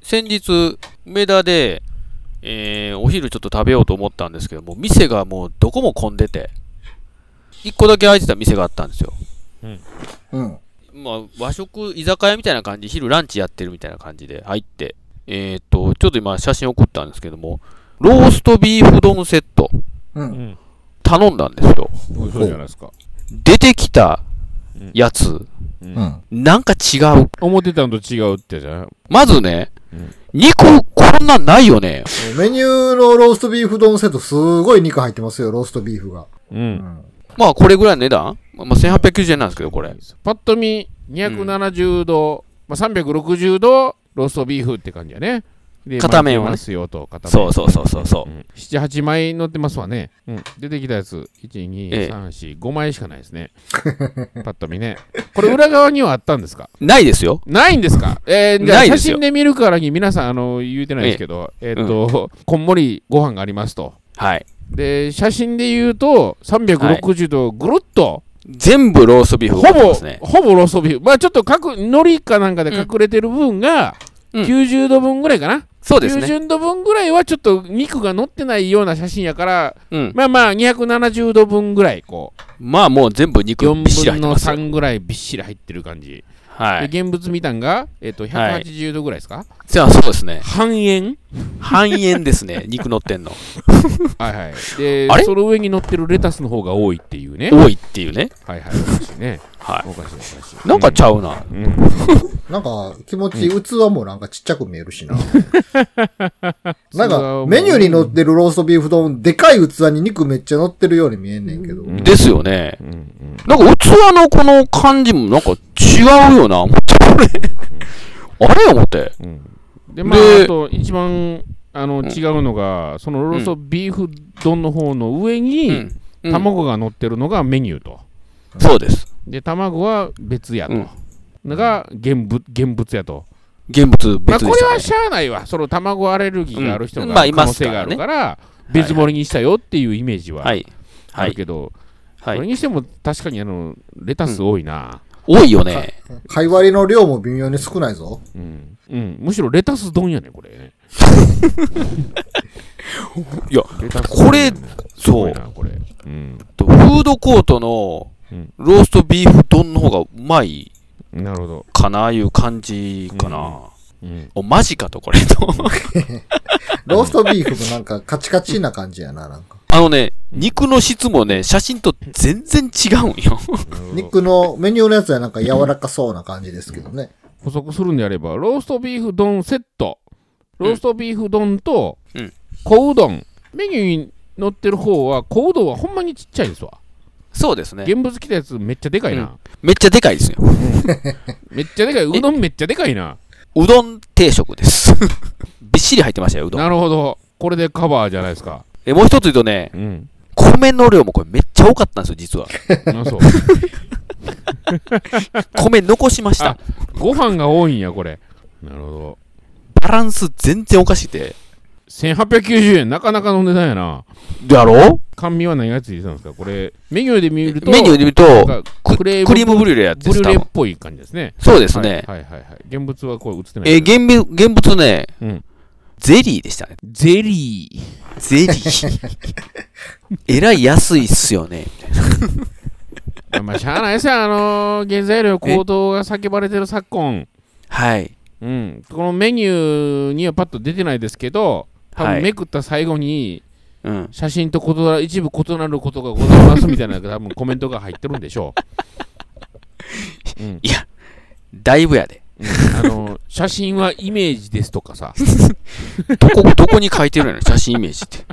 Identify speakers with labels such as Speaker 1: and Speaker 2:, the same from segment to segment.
Speaker 1: 先日、梅田で、えーお昼ちょっと食べようと思ったんですけども、店がもうどこも混んでて、一個だけ空いてた店があったんですよ。
Speaker 2: うん。
Speaker 1: まあ、和食、居酒屋みたいな感じ、昼ランチやってるみたいな感じで入って、えーっと、ちょっと今写真送ったんですけども、ローストビーフ丼セット
Speaker 2: う。
Speaker 3: うんん。
Speaker 1: 頼んだんですよ。
Speaker 3: 美味しそうじゃないですか。
Speaker 1: 出てきたやつ、
Speaker 2: う。
Speaker 3: うん
Speaker 1: なんか違う。
Speaker 3: 思ってたのと違うってじゃん。
Speaker 1: まずね
Speaker 3: うん、
Speaker 1: 肉、こんなんないよね。
Speaker 2: メニューのローストビーフ丼セット、すごい肉入ってますよ、ローストビーフが。
Speaker 3: う。
Speaker 2: うんん。
Speaker 1: まあ、これぐらいの値段まあ、1890円なんですけど、これ。
Speaker 3: パッと見、270度、まあ360度、ローストビーフって感じやね。で
Speaker 1: 片面はね
Speaker 3: 巻いてますよと、片面。
Speaker 1: そうそうそうそうそ
Speaker 3: うん。7、8枚乗ってますわね。うん。出てきたやつ、1、2、
Speaker 1: ええ
Speaker 3: 3、4、5枚しかないですね。 パッと見ね。これ裏側にはあったんですか
Speaker 1: う。ないですよ。
Speaker 3: ないんですかえー、じゃあ
Speaker 1: ないで
Speaker 3: 写
Speaker 1: すよ
Speaker 3: 真で見るからに皆さん、あの、言うてないですけど、えーっと、こんもりご飯がありますと。
Speaker 1: はい。
Speaker 3: で、写真で言うと、360度ぐるっと、
Speaker 1: 全部ローストビーフ
Speaker 3: ほ
Speaker 1: が入って
Speaker 3: ぼ、
Speaker 1: ますね。
Speaker 3: ほぼローストビーフ。まあちょっとかく、海苔かなんかで隠れてる部分が、
Speaker 1: うん
Speaker 3: 90度分ぐらいかな、
Speaker 1: そうですね。
Speaker 3: 90度分ぐらいはちょっと肉が乗ってないような写真やから、
Speaker 1: うん。
Speaker 3: まあまあ270度分ぐらい、こう、
Speaker 1: まあ、もう全部肉
Speaker 3: 4
Speaker 1: びっしり入
Speaker 3: 分
Speaker 1: って
Speaker 3: の
Speaker 1: ますよ。
Speaker 3: 3ぐらいびっしり入ってる感じ。
Speaker 1: はい。
Speaker 3: で、現物見たんが、えっ、と、
Speaker 1: はい
Speaker 3: 180度ぐらいですか、
Speaker 1: じゃあ、そうですね。
Speaker 3: 半円
Speaker 1: 半円です ね。肉乗ってんの。
Speaker 3: はいはい。で
Speaker 1: あれ、
Speaker 3: その上に乗ってるレタスの方が多いっていうね。
Speaker 1: 多いっていうね。
Speaker 3: はいはい、おかしいね。
Speaker 1: は
Speaker 3: おかしいおかしい。
Speaker 1: い。なんかちゃうな。
Speaker 3: うん、
Speaker 2: なんか、気持ち、器もなんかちっちゃく見えるしな。なん
Speaker 3: 器
Speaker 2: か
Speaker 3: も、
Speaker 2: メニューに乗ってるローストビーフ丼、でかい器に肉めっちゃ乗ってるように見えんねんけど。
Speaker 3: ん
Speaker 1: ですよね
Speaker 3: う。ん、うん。
Speaker 1: なんか器のこの感じもなんか違うよな。思ってこ れ。あれ思って。
Speaker 3: で、まあ
Speaker 1: で、
Speaker 3: あと一番あの
Speaker 1: ん
Speaker 3: 違うのが、そのローストビーフ丼の方の上に、
Speaker 1: うんうん
Speaker 3: 卵が乗ってるのがメニューと。
Speaker 1: そうです。
Speaker 3: で、卵は別やと。
Speaker 1: うん
Speaker 3: のが現物現物やと、
Speaker 1: 現物
Speaker 3: まあ、
Speaker 1: 別で
Speaker 3: こ
Speaker 1: した
Speaker 3: れは
Speaker 1: ね。
Speaker 3: しゃあないわ、その卵アレルギーがある人
Speaker 1: うん
Speaker 3: が
Speaker 1: まあ
Speaker 3: 可
Speaker 1: いま
Speaker 3: 能
Speaker 1: す
Speaker 3: 性
Speaker 1: か
Speaker 3: が
Speaker 1: ら
Speaker 3: あ
Speaker 1: ね
Speaker 3: るから、別盛りにしたよっていうイメージは
Speaker 1: はい。
Speaker 3: あ
Speaker 1: は
Speaker 3: る
Speaker 1: い。
Speaker 3: けど、
Speaker 1: は
Speaker 3: それ
Speaker 1: い。
Speaker 3: にしても確かにあのレタス多いな、
Speaker 1: 多いよね。
Speaker 2: 貝割りの量も微妙に少ないぞ。
Speaker 3: うんうんむしろレタス丼やねこれね
Speaker 1: いや、
Speaker 3: レタス丼
Speaker 1: これ、
Speaker 3: すご
Speaker 1: そう
Speaker 3: い。なこれ、うん、
Speaker 1: フードコートの
Speaker 3: うん
Speaker 1: ローストビーフ丼の方がうまい
Speaker 3: なるほど、
Speaker 1: かないう感じかな。
Speaker 3: うん、
Speaker 1: おマジかと、これと。
Speaker 2: ローストビーフもなんかカチカチな感じやな、なんか。
Speaker 1: あのね、肉の質もね、写真と全然違うんよ。
Speaker 2: 肉の、メニューのやつはなんか柔らかそうな感じですけどね。
Speaker 3: 補足するんであればローストビーフ丼セットローストビーフ丼と
Speaker 1: うん
Speaker 3: 小うどんメニューに載ってる方は小うどんはほんまにちっちゃいんですわ
Speaker 1: そうですね。
Speaker 3: 現物来たやつめっちゃでかいな、
Speaker 1: めっちゃでかいですよ。
Speaker 3: めっちゃでかいうどんめっちゃでかいな
Speaker 1: うどん定食です。 びっしり入ってましたよ、うどん。
Speaker 3: なるほどこれでカバーじゃないですか
Speaker 1: え、もう一つ言うとね、
Speaker 3: うん
Speaker 1: 米の量もこれめっちゃ多かったんですよ、実は。
Speaker 3: あ そう
Speaker 1: 米残しました。
Speaker 3: ご飯が多いんやこれなるほど
Speaker 1: バランス全然おかしくて。
Speaker 3: 1890円なかなかの値段やな
Speaker 1: やろ
Speaker 3: 甘味は何がついてたんですかこれメニューで見ると
Speaker 1: メニューで見ると、
Speaker 3: なんかクレーム
Speaker 1: クリームブリュレやって
Speaker 3: ブ
Speaker 1: た多
Speaker 3: ルーレっ
Speaker 1: 分
Speaker 3: ぽい感じですね
Speaker 1: そうですね。
Speaker 3: はいはいはいはい現物はこう映ってない
Speaker 1: えー、
Speaker 3: けど
Speaker 1: 現物、現物ね、
Speaker 3: うん
Speaker 1: ゼリーでしたね。
Speaker 3: ゼリー
Speaker 1: ゼリー。 えらい安いっすよね。
Speaker 3: まあまあしゃあないですよあのー原材料高騰が叫ばれてる昨今
Speaker 1: はい。
Speaker 3: うんこのメニューにはパッと出てないですけど多
Speaker 1: は
Speaker 3: 分
Speaker 1: い
Speaker 3: めくった最後に
Speaker 1: うん。
Speaker 3: 写真と異なる一部異なることがございますみたいな多分コメントが入ってるんでしょう、うん
Speaker 1: だいぶやで。
Speaker 3: うんあのー写真はイメージですとかさ
Speaker 1: どこ、どこに書いてるのやろ写真イメージって。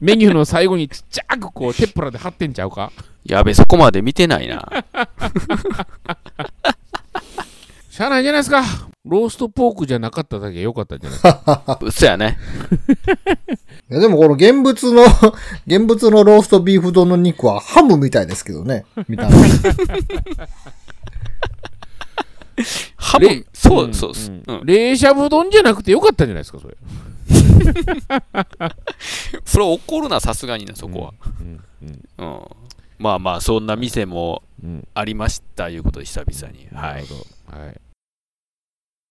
Speaker 3: メニューの最後にちっちゃくこうテップラで貼ってんちゃうか
Speaker 1: やべ、そこまで見てないな。
Speaker 3: しゃあないじゃないですかローストポークじゃなかっただけ良かったんじゃないですか
Speaker 1: 嘘やね。
Speaker 2: いやでもこの現物の、 現物のローストビーフ丼の肉はハムみたいですけどね。見た目。
Speaker 1: ハ
Speaker 3: レ
Speaker 1: ム、そう、
Speaker 3: ん
Speaker 1: そう、そう、うん
Speaker 3: ん冷しゃぶ丼じゃなくてよかったんじゃないですかそれ
Speaker 1: それ怒るな、さすがにな、そこは。
Speaker 3: うんうん
Speaker 1: うん。まあまあ、そんな店も
Speaker 3: うん
Speaker 1: ありました、いうことで、久々に。
Speaker 3: な
Speaker 1: は
Speaker 3: る
Speaker 1: い。
Speaker 3: ほどはい